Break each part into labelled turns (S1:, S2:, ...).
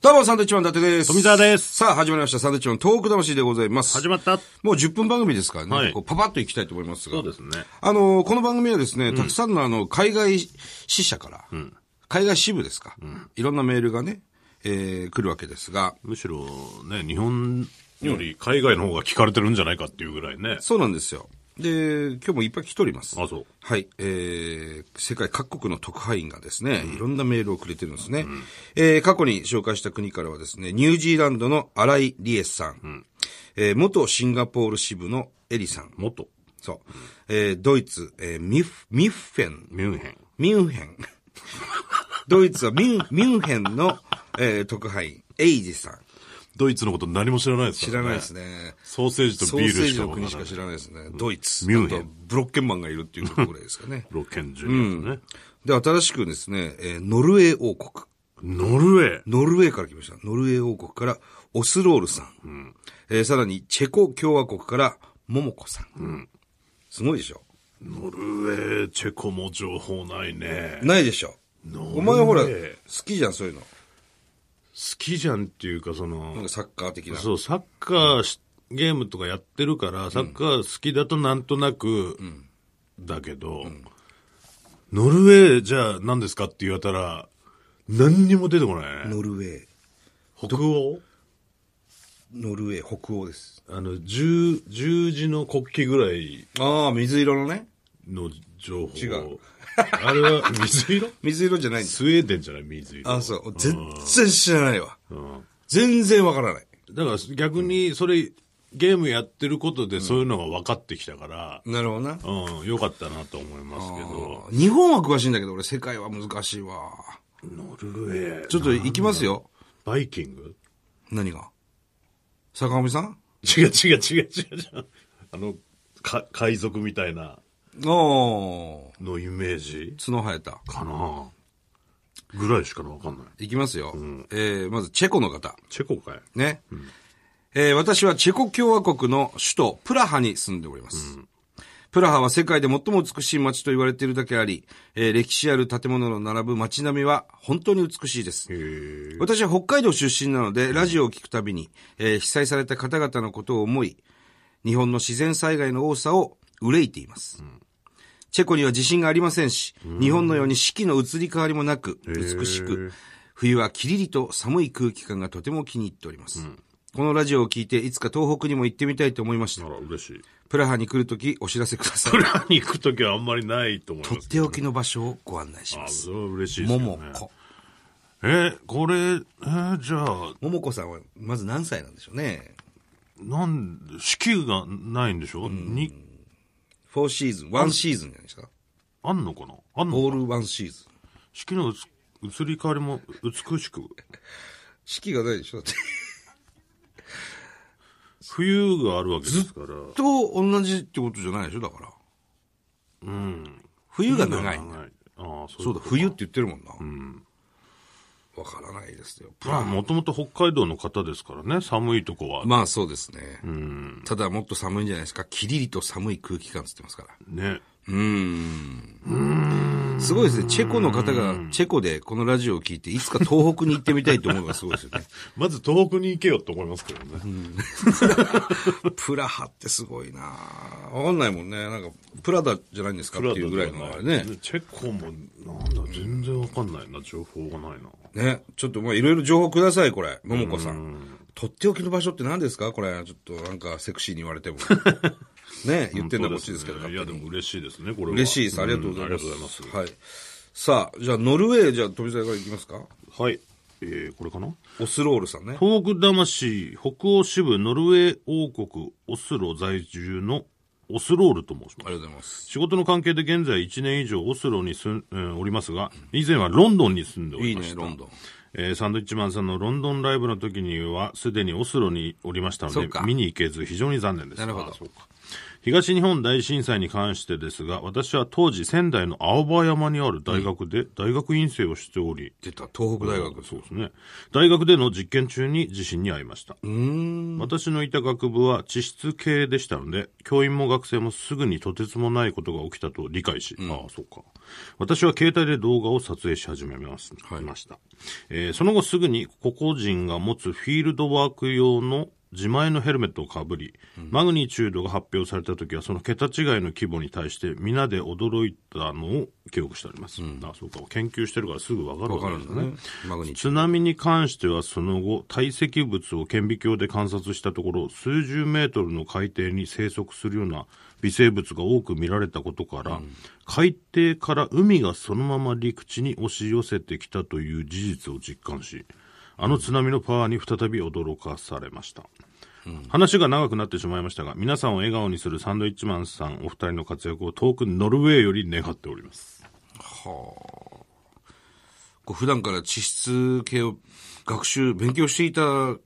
S1: どうも、サンドイッチマン伊達です。
S2: 富澤です
S1: さあ、始まりました。サンドイッチマントーク魂でございます。
S2: 始まった
S1: もう10分番組ですからね。
S2: はい
S1: こうパパッといきたいと思いますが。
S2: そうですね。
S1: あのー、この番組はですね、たくさんのあの、海外支社から、海外支部ですか、いろんなメールがね、えー、来るわけですが、
S2: むしろね、日本より海外の方が聞かれてるんじゃないかっていうぐらいね。
S1: そうなんですよ。で、今日もいっぱい来ております。
S2: あそう
S1: はい。えー、世界各国の特派員がですね、いろんなメールをくれてるんですね。えー過去に紹介した国からはですね、ニュージーランドのアライ・リエスさん、えー元シンガポール支部のエリさん、
S2: もっと。
S1: そう、えードイツ、えーミフ、ミッフェン、
S2: ミュンヘン。
S1: ミュンヘン。 ドイツはミュン、ミュンヘンの、えー特派員、エイジさん。
S2: ドイツのこと何も知らないです
S1: 知
S2: からら
S1: ない
S2: ね。
S1: ですね。
S2: ソーセージと
S1: ソ
S2: ビ
S1: ー
S2: ー
S1: セ
S2: ル
S1: ー
S2: し
S1: ジ
S2: か
S1: の
S2: わから
S1: 国
S2: ない
S1: しか。知らないですね。ドイツ。
S2: ミュンヘン。
S1: あとブロッケンマンがいるっていうところですかね
S2: ロッケンジュニアですね。
S1: で、新しくですね、えーノルウェー王国。
S2: ノルウェー。
S1: ノルウェーから来ました。ノルウェー王国から、オスロールさん。えーさらに、チェコ共和国から、モモコさん。すごいでしょ
S2: ノルウェー、チェコも情報ないね。
S1: ないでしょ
S2: ノルウェー
S1: お前ほら、好
S2: 好
S1: きじゃん、そういうの。
S2: きじゃんっていうか、そ
S1: なん
S2: の
S1: か、サッカー的な。
S2: そう、サッカーしゲームとかやってるから、サッカー好きだとなんとなく、だけど、ノルウェーじゃあ何ですかって言われたら、何にも出てこないね。
S1: ノルウェー。
S2: 北欧
S1: ノルウェー、北欧です。
S2: あの、十、十字の国旗ぐらい
S1: ああ、水色のね。
S2: の情報。
S1: 違う
S2: あれは水色
S1: 水色じゃないんです。
S2: スウェーデンじゃない水色。
S1: あそう。全然知らないわ。
S2: うん
S1: 全然わからない。
S2: だから逆に、それ、ゲームやってることでそういうのが分かってきたから、
S1: なるほどな。
S2: うん、よかったなと思いますけど。
S1: 日本は詳しいんだけど、俺世界は難しいわ。
S2: ノルウェー。
S1: ちょっと行きますよ。
S2: バイキング
S1: 何が坂上さん
S2: 違う違う違う違う違う。あの、か、海賊みたいな
S1: おー。
S2: のイメージ
S1: 角生えた。
S2: かなぐらいしかわかんない。
S1: いきますよ。えー、まずチェコの方。
S2: チェコかい
S1: ね。えー私はチェコ共和国の首都プラハに住んでおります。プラハは世界で最も美しい街と言われているだけあり、えー歴史ある建物の並ぶ街並みは本当に美しいです。
S2: へ
S1: 私は北海道出身なので、ラジオを聞くたびに、えー被災された方々のことを思い、日本の自然災害の多さを憂いています。チェコには地震がありませんし、日本のように四季の移り変わりもなく、美しく、冬はキリリと寒い空気感がとても気に入っております。このラジオを聞いて、いつか東北にも行ってみたいと思いました
S2: あ。ら、嬉しい。
S1: プラハに来るときお知らせくだ さい。
S2: プラに行くときはあんまりないと思います。
S1: とっておきの場所をご案内しま
S2: あ、
S1: す。
S2: それは嬉しいです
S1: も
S2: けど
S1: も
S2: ね。
S1: こ。
S2: えこれ、えーじゃあ、
S1: ももこさんは、まず何歳なんでしょうね。
S2: なんで、支給がないんでしょに、
S1: 4シーズン、1シーズンじゃないですか。
S2: あんのかなあんの
S1: オールワンシーズン。
S2: 四季のうつ移り変わりも美しく。
S1: 四季がないでしょだって。
S2: 冬があるわけですから。
S1: と同じってことじゃないでしょだから。
S2: うん。
S1: 冬が長いんだ。
S2: 長い。ああ、そ
S1: そううだ
S2: だ、。
S1: 冬って言ってるもんな。わからないですよ。
S2: まあ、もともと北海道の方ですからね、寒いとこは。
S1: まあそうですね。ただもっと寒いんじゃないですか。キリリと寒い空気感つってますから。
S2: ね。
S1: うーん。すごいですね。チェコの方が、チェコでこのラジオを聞いて、いつか東北に行ってみたいと思うのがすごい ですよね。
S2: まず東北に行けよって思いますけどね。
S1: プラハってすごいなわかんないもんね。なんか、プラダじゃないんですかっ
S2: プラ
S1: て
S2: ダ
S1: いうぐらいのあれね。
S2: チェコも、なんだ、全然わかんないな、情報がないな。
S1: ね、ちょっとまあいろいろ情報ください、これ。ももこさん。とっておきの場所って何ですかこれ、ちょっとなんかセクシーに言われ ても。ね、言ってんだこっちですけど、
S2: ねいや、でも嬉しいですね、これは。
S1: 嬉しいです。ありがとうございます。はい。さあ、じゃあノルウェー、じゃあ富澤から行きますか
S2: す。はい。えー、これかな
S1: オスロールさんね。
S2: 東北魂北欧支部ノルウェー王国オスロ在住のオスロールと申します
S1: あ。りがとうございます。
S2: 仕事の関係で現在1年以上オスロに住ん、うんおりますが、以前はロンドンに住んでお
S1: いい
S2: りまし
S1: ね、
S2: た。
S1: ロンドン。
S2: えーサンドイッチマンさんのロンドンライブの時には、すでにオスロにおりましたの
S1: そう
S2: で
S1: か、
S2: 見に行けず非常に残念です。
S1: なるほど
S2: あそうか東日本大震災に関してですが、私は当時仙台の青葉山にある大学で大学院生をしており、
S1: 出た、東北大学。
S2: そうですね。大学での実験中に地震に遭いました。
S1: うーん。
S2: 私のいた学部は地質系でしたので、教員も学生もすぐにとてつもないことが起きたと理解し、ああ、そうか。私は携帯で動画を撮影し始めます、
S1: はい
S2: ました、えーその後すぐに個々人が持つフィールドワーク用の自前のヘルメットをかぶり、マグニチュードが発表された時はその桁違いの規模に対して皆で驚いたのを記憶しております。ああ、そうか。研究してるからすぐわかる
S1: わ
S2: わ
S1: か
S2: け
S1: るん
S2: です
S1: だ
S2: ね
S1: ね。。マグニチュ
S2: 津波に関してはその後、堆積物を顕微鏡で観察したところ、数十メートルの海底に生息するような微生物が多く見られたことから、海底から海がそのまま陸地に押し寄せてきたという事実を実感し、あの津波のパワーに再び驚かされました。話が長くなってしまいましたが、皆さんを笑顔にするサンドイッチマンさんお二人の活躍を遠くノルウェーより願っております。
S1: こう普段から地質系を学習、勉強していた方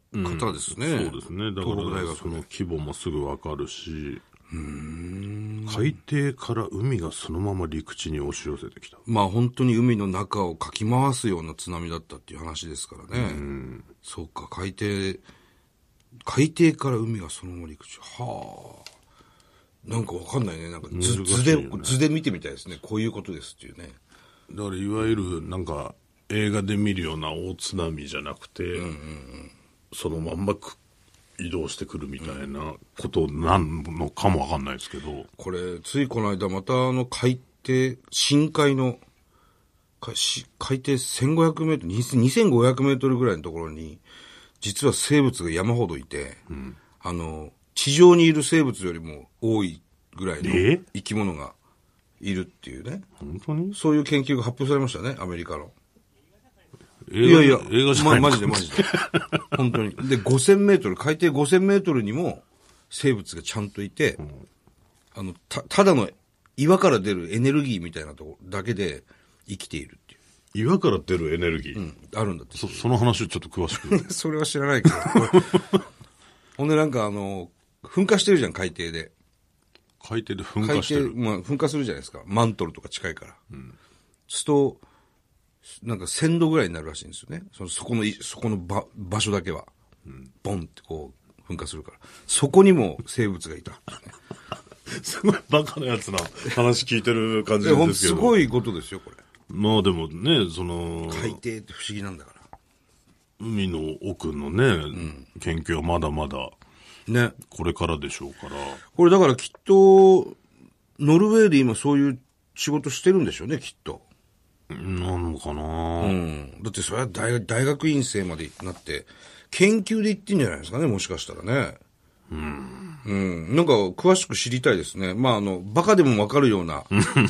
S1: ですね。
S2: そうですね。だか
S1: 東北大
S2: ら、そ
S1: 学
S2: の
S1: の。
S2: 規模もすぐわかるし、海底から海がそのまま陸地に押し寄せてきた。
S1: まあ本当に海の中をかき回すような津波だったっていう話ですからね。そうか、海底、海底から海がそのまま陸地。はあ。なんかわかんないね。なんか図,、
S2: 難し
S1: 図
S2: いよ
S1: で
S2: ね、
S1: 図で見てみたいですね。こういうことですっていうね。
S2: だから、いわゆる、なんか、映画で見るような大津波じゃなくて、そのまんまく移動してくるみたいなことなんのかもわかんないですけど、
S1: これ、ついこの間またあの海底、深海の、かし海底1500メートル、2000 2500メートルぐらいのところに、実は生物が山ほどいて、あの、地上にいる生物よりも多いぐらい
S2: え
S1: の生き物がいるっていうね。
S2: 本当に
S1: そういう研究が発表されましたね、アメリカの。
S2: 映画映画じゃない
S1: ま、マジでマジで。本当に。で、5000メートル、海底5000メートルにも生物がちゃんといて、あの、た、ただの岩から出るエネルギーみたいなとこだけで生きているっていう
S2: 岩から出るエネルギー。。
S1: あるんだって。
S2: そその話をちょっと詳 しく。
S1: それは知らないけど。これほんでなんかあの、噴火してるじゃん、海底で。
S2: 海底で噴
S1: 海
S2: 火して
S1: 底、
S2: る。
S1: まあ、噴火するじゃないですか。マントルとか近いから。すると、なんか1000度ぐらいになるらしいんですよね。そのそこのい、そこの場場所だけは。ボンってこう、噴火するから。そこにも生物がいた。
S2: すごいバカなやつな話聞いてる感じ
S1: いや、
S2: な
S1: ほん
S2: んで
S1: と
S2: すけ
S1: す
S2: ど。
S1: ごいことですよ、これ。
S2: まあでもね、その、
S1: 海底って不思議なんだか
S2: 海の奥のね、研究はまだまだ
S1: ら。ね。
S2: これからでしょうから、
S1: これだからきっと、ノルウェーで今そういう仕事してるんでしょうね、きっと。
S2: なのかな、
S1: うん。だってそれは大学大学院生までなって、研究で行ってんじゃないですかね、もしかしたらね。うん。なんか、詳しく知りたいですね。まあ、あの、バカでもわかるような、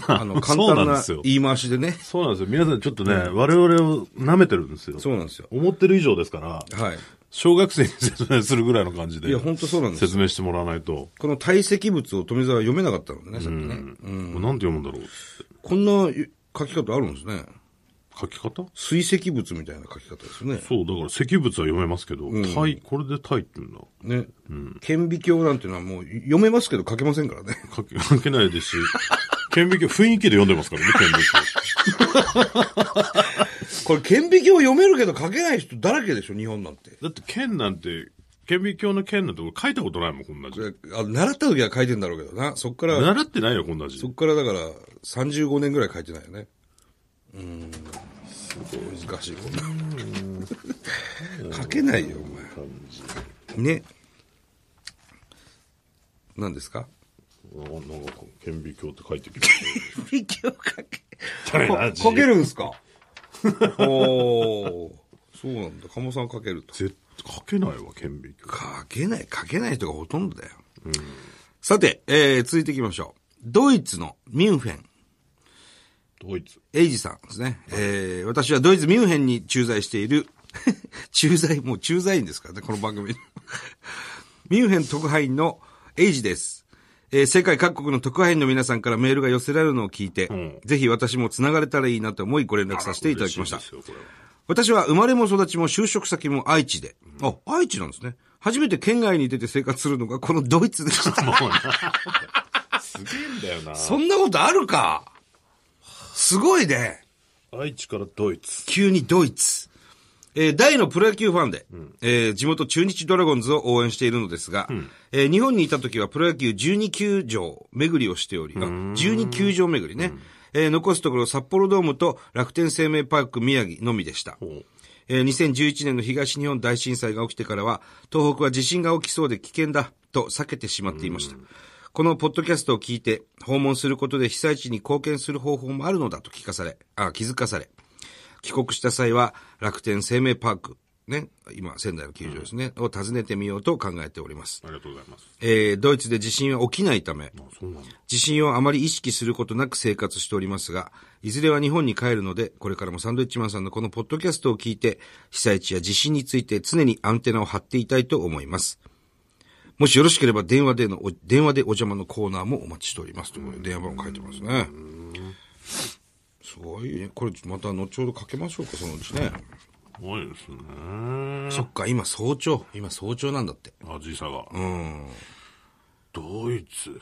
S1: あの、簡
S2: そ
S1: 単
S2: うなんで
S1: な
S2: すよ
S1: 言い回しでね。
S2: そうなんですよ。皆さんちょっとね、我々を舐めてるんですよ。
S1: そうなんですよ。
S2: 思ってる以上ですから、
S1: はい。
S2: 小学生に説明するぐらいの感じで、
S1: いや、本当そうなんですよ。
S2: 説明してもらわないと、
S1: この堆積物を富澤は読めなかったのでね、さっきね。
S2: これなんて読むんだろう
S1: こんな書き方あるんですね。
S2: 書き方
S1: 水石物みたいな書き方ですね。
S2: そう、だから石物は読めますけど、タイ、これでタイって言うんだ。
S1: ね。顕微鏡なんてのはもう読めますけど書けませんからね。
S2: 書け書けないです し、顕微鏡、雰囲気で読んでますからね、顕微鏡。
S1: これ顕微鏡読めるけど書けない人だらけでしょ、日本なんて。
S2: だって剣なんて、顕微鏡の剣なんて俺書いたことないもん、こんな字。
S1: あ習った時は書いてんだろうけどな。そっから、
S2: 習ってないよ、こんな字
S1: そ。っからだから35年ぐらい書いてないよね。うーん。難しい、こんな。書けないよ、お前。ね。何ですか
S2: なんか、顕微鏡って書い てき
S1: 勉強書け。
S2: た。
S1: 書けるんすかおー。そうなんだ。鴨さん書けると。
S2: 絶書けないわ、顕微鏡。
S1: 書けない、書けない人がほとんどだよ。さて、えー、続いていきましょう。ドイツのミュンヘン。
S2: ドイツ。
S1: エイジさんですね。えー、私はドイツミュンヘンに駐在している、 駐在、もう駐在員ですからね、この 番組。ミュンヘン特派員のエイジです。えー、世界各国の特派員の皆さんからメールが寄せられるのを聞いて、
S2: ん
S1: ぜひ私も繋がれたらいいなと思いご連絡させていただきました
S2: 嬉。いですよこれは
S1: 私は生まれも育ちも就職先も愛知で。あ、愛知なんですね。初めて県外に出て生活するのが このドイツでした。
S2: すげえんだよ
S1: そんなことあるかすごいね。
S2: な。愛知からドイツ。
S1: 急にドイツ。えー大のプロ野球ファンで、えー地元中日ドラゴンズを応援しているのですが、えー日本にいた時はプロ野球12球場巡りをしており、あ12球場巡りね、えー残すところ札幌ドームと楽天生命パーク宮城のみでした。
S2: う
S1: えー2011年の東日本大震災が起きてからは、東北は地震が起きそうで危険だと避けてしまっていました。このポッドキャストを聞いて、訪問することで被災地に貢献する方法もあるのだと聞かされ、あ、気づかされ、帰国した際は楽天生命パーク、ね、今仙台の球場ですね、を訪ねてみようと考えております。
S2: ありがとうございます。
S1: えードイツで地震は起きないため、
S2: あ、そうなんだ。
S1: 地震をあまり意識することなく生活しておりますが、いずれは日本に帰るので、これからもサンドイッチマンさんのこのポッドキャストを聞いて、被災地や地震について常にアンテナを張っていたいと思います。もしよろしければ電話でのお、電話でお邪魔のコーナーもお待ちしております。とこれ電話番号書いてますね。すごいね。これまた後ほどかけましょうか、そのうちね。
S2: すごいですね。
S1: そっか、今早朝。今早朝なんだって。
S2: あ、時差が。うん。ドイツ。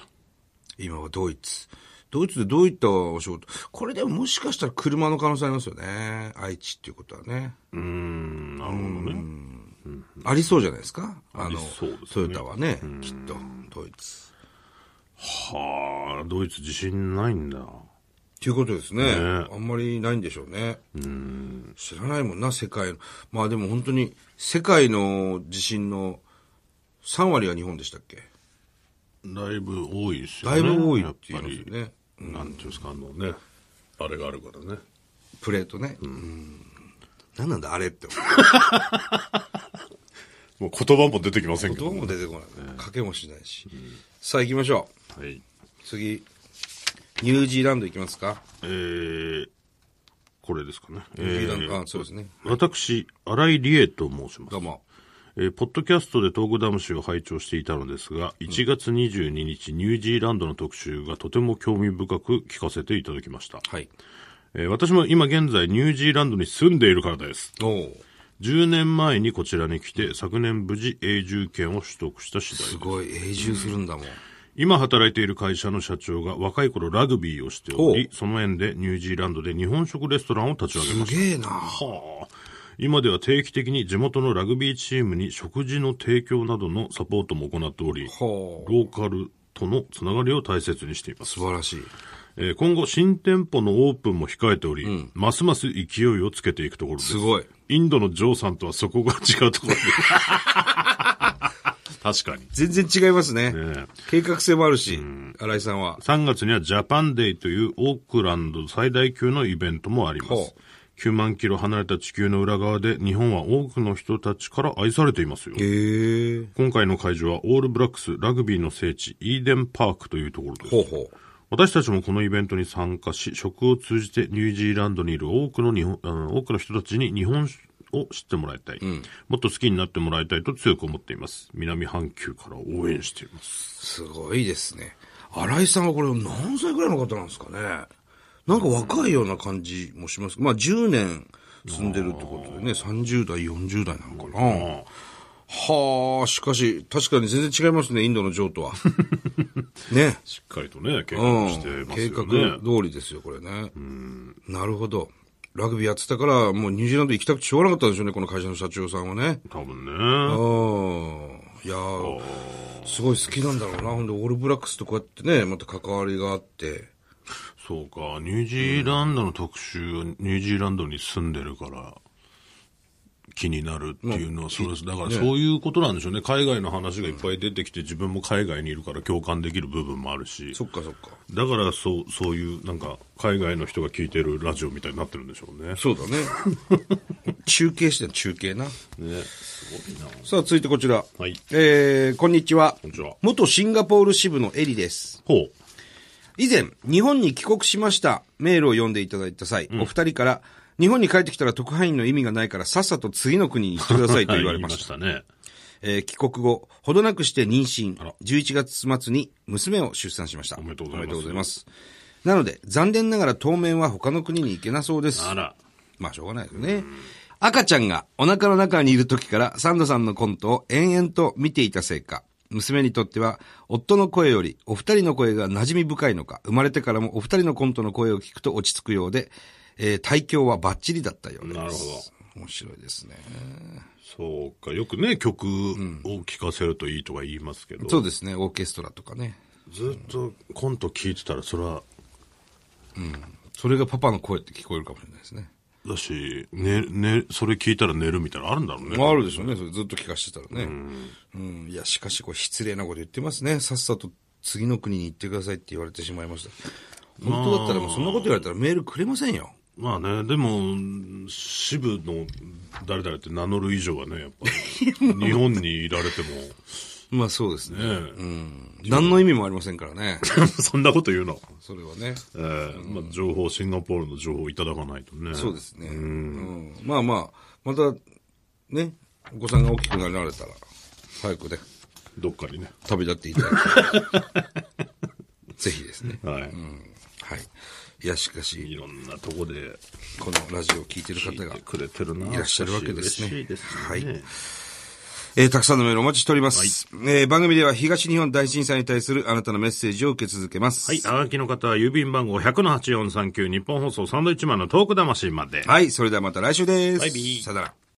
S1: 今はドイツ。ドイツでどういったお仕事これでももしかしたら車の可能性ありますよね。愛知っていうことはね。
S2: うーん、なるほどね。
S1: ありそうじゃないですかあの
S2: ありそうですね
S1: トヨタはね、きっと、ドイツ。
S2: はあ、ドイツ自信ないんだ。
S1: っていうことですね。
S2: ね
S1: あんまりないんでしょうね。知らないもんな、世界の。まあでも本当に、世界の地震の3割は日本でしたっけ
S2: だいぶ多いですよ
S1: だ
S2: ね。
S1: いぶ多いって言いま
S2: やぱ
S1: すよ
S2: り
S1: ね。
S2: なんていうんですか、あのね、あれがあるからね。
S1: プレートね。うん何なんだ、あれって思う。
S2: もう言葉も出てきませんけ
S1: ど う。
S2: ど
S1: も出てこない。かけもしないし。さあ行きましょう。
S2: はい。
S1: 次、ニュージーランド行きますか。
S2: えー、これですかね。え
S1: ニュージーラン
S2: ー
S1: ド、あ、そうですね。
S2: 私、新井理恵と申します
S1: どう。も。
S2: えーポッドキャストで東北魂を拝聴していたのですが、1月22日、ニュージーランドの特集がとても興味深く聞かせていただきました。
S1: はい。
S2: えー私も今現在ニュージーランドに住んでいるからです。
S1: おお、
S2: 10年前にこちらに来て、昨年無事永住権を取得した次第です
S1: すごい、永住するんだもん。
S2: 今働いている会社の社長が若い頃ラグビーをしており、その縁でニュージーランドで日本食レストランを立ち上げますし
S1: げえな。
S2: た。はあ今では定期的に地元のラグビーチームに食事の提供などのサポートも行っており、
S1: ほう。
S2: ローカルとのつながりを大切にしています。
S1: 素晴らしい。
S2: えー今後新店舗のオープンも控えており、ますます勢いをつけていくところです。
S1: すごい。
S2: インドのジョーさんとはそこが違うとこ ろです。 確かに。
S1: 全然違いますね。
S2: ね
S1: 計画性もあるし、新井さんは。
S2: 3月にはジャパンデイというオークランド最大級のイベントもありま
S1: ほ
S2: す。9万キロ離れた地球の裏側で日本は多くの人たちから愛されていますよ。
S1: へえ。
S2: 今回の会場はオールブラックスラグビーの聖地イーデンパークというところです。
S1: ほうほう。
S2: 私たちもこのイベントに参加し、食を通じてニュージーランドにいる多くの日本、あの多くの人たちに日本を知ってもらいたい、もっと好きになってもらいたいと強く思っています。南半球から応援しています。
S1: すごいですね。新井さんはこれ何歳ぐらいの方なんですかね。なんか若いような感じもします。まあ10年住んでるってことでね、30代、40代なのかな。はあ、しかし、確かに全然違いますね、インドのジョーとは。ね。
S2: しっかりとね、計
S1: う
S2: 画
S1: ん
S2: してま。
S1: 計
S2: す
S1: 画
S2: よ
S1: 通
S2: ね。
S1: りですよ、これね。なるほど。ラグビーやってたから、もうニュージーランド行きたくてしょうがなかったんでしょうね、この会社の社長さんはね。
S2: 多分
S1: あ
S2: ね。
S1: あ、いやーすごい好きなんだろうな。ほんで、オールブラックスとこうやってね、また関わりがあって。
S2: そうか、ニュージーランドの特集はニュージーランドに住んでるから。気になるっていうのは、そうです。だからそういうことなんでしょうね。海外の話がいっぱい出てきて、自分も海外にいるから共感できる部分もあるし。
S1: そっかそっか。
S2: だからそうそういうなんか海外の人が聞いてるラジオみたいになってるんでしょうね。
S1: そうだね。 中継して中継な。
S2: ねすごいな。
S1: さあ、続いてこちら。
S2: はい
S1: えー、こんにちは。
S2: こんにちは
S1: 元シンガポール支部のエリです。
S2: ほう。
S1: 以前、日本に帰国しましたメールを読んでいただいた際、お二人から、日本に帰ってきたら特派員の意味がないからさっさと次の国に行ってくださいと言われました。
S2: はい言いましたね。
S1: えー帰国後、ほどなくして妊
S2: あ
S1: 娠
S2: ら、
S1: 11月末に娘を出産しました。お
S2: めでとうございます
S1: すなので、残念ながら当面は他の国に行けなそうです。
S2: あら。
S1: まあ、しょうがないですよね。赤ちゃんがお腹の中にいる時からサンドさんのコントを延々と見ていたせいか、娘にとっては夫の声よりお二人の声が馴染み深いのか、生まれてからもお二人のコントの声を聞くと落ち着くようで、えー、体調はバッチリだったようです。
S2: なるほ
S1: ど。面白いですね。
S2: そうか。よくね、曲を聴かせるといいとか言いますけど、
S1: そうですね、オーケストラとかね。
S2: ずっとコント聞いてたら、それは、
S1: それがパパの声って聞こえるかもしれないですね。
S2: だし、ね、ね、それ聞いたら寝るみたいなのあるんだろうね。
S1: まあ、あるでしょうね。それずっと聞かしてたらね。うん。いや、しかし、これ失礼なこと言ってますね。さっさと次の国に行ってくださいって言われてしまいました。本当だったらもうそんなこと言われたらメールくれませんよ。
S2: まあね、でも、支部の誰々って名乗る以上はね、やっぱ、 日本にいられても、
S1: まあそうですね。
S2: ね
S1: 何の意味もありませんからね。
S2: そんなこと言うの。
S1: それはね。
S2: えーまあ、情報、シンガポールの情報をいただかないとね。
S1: そうですね。うん。まあまあ、また、ね、お子さんが大きくなられたら、早くね、
S2: どっかにね。
S1: 旅立っていただ いて。ぜひですね。
S2: はい。
S1: はい。いや、しかし、
S2: いろんなとこで
S1: このラジオを聞いてる
S2: 聞
S1: 方
S2: い
S1: が
S2: て、くれてるないい
S1: らっしゃるわけですね
S2: 嬉しいですね。
S1: はいえーたくさんのメールお待ちしております。えー番組では東日本大震災に対するあなたのメッセージを受け続けます。
S2: はい。あがきの方は郵便番号100-8439日本放送サンドイッチマンのトーク魂まで。
S1: はい、それではまた来週です。
S2: バイビー
S1: さよなら。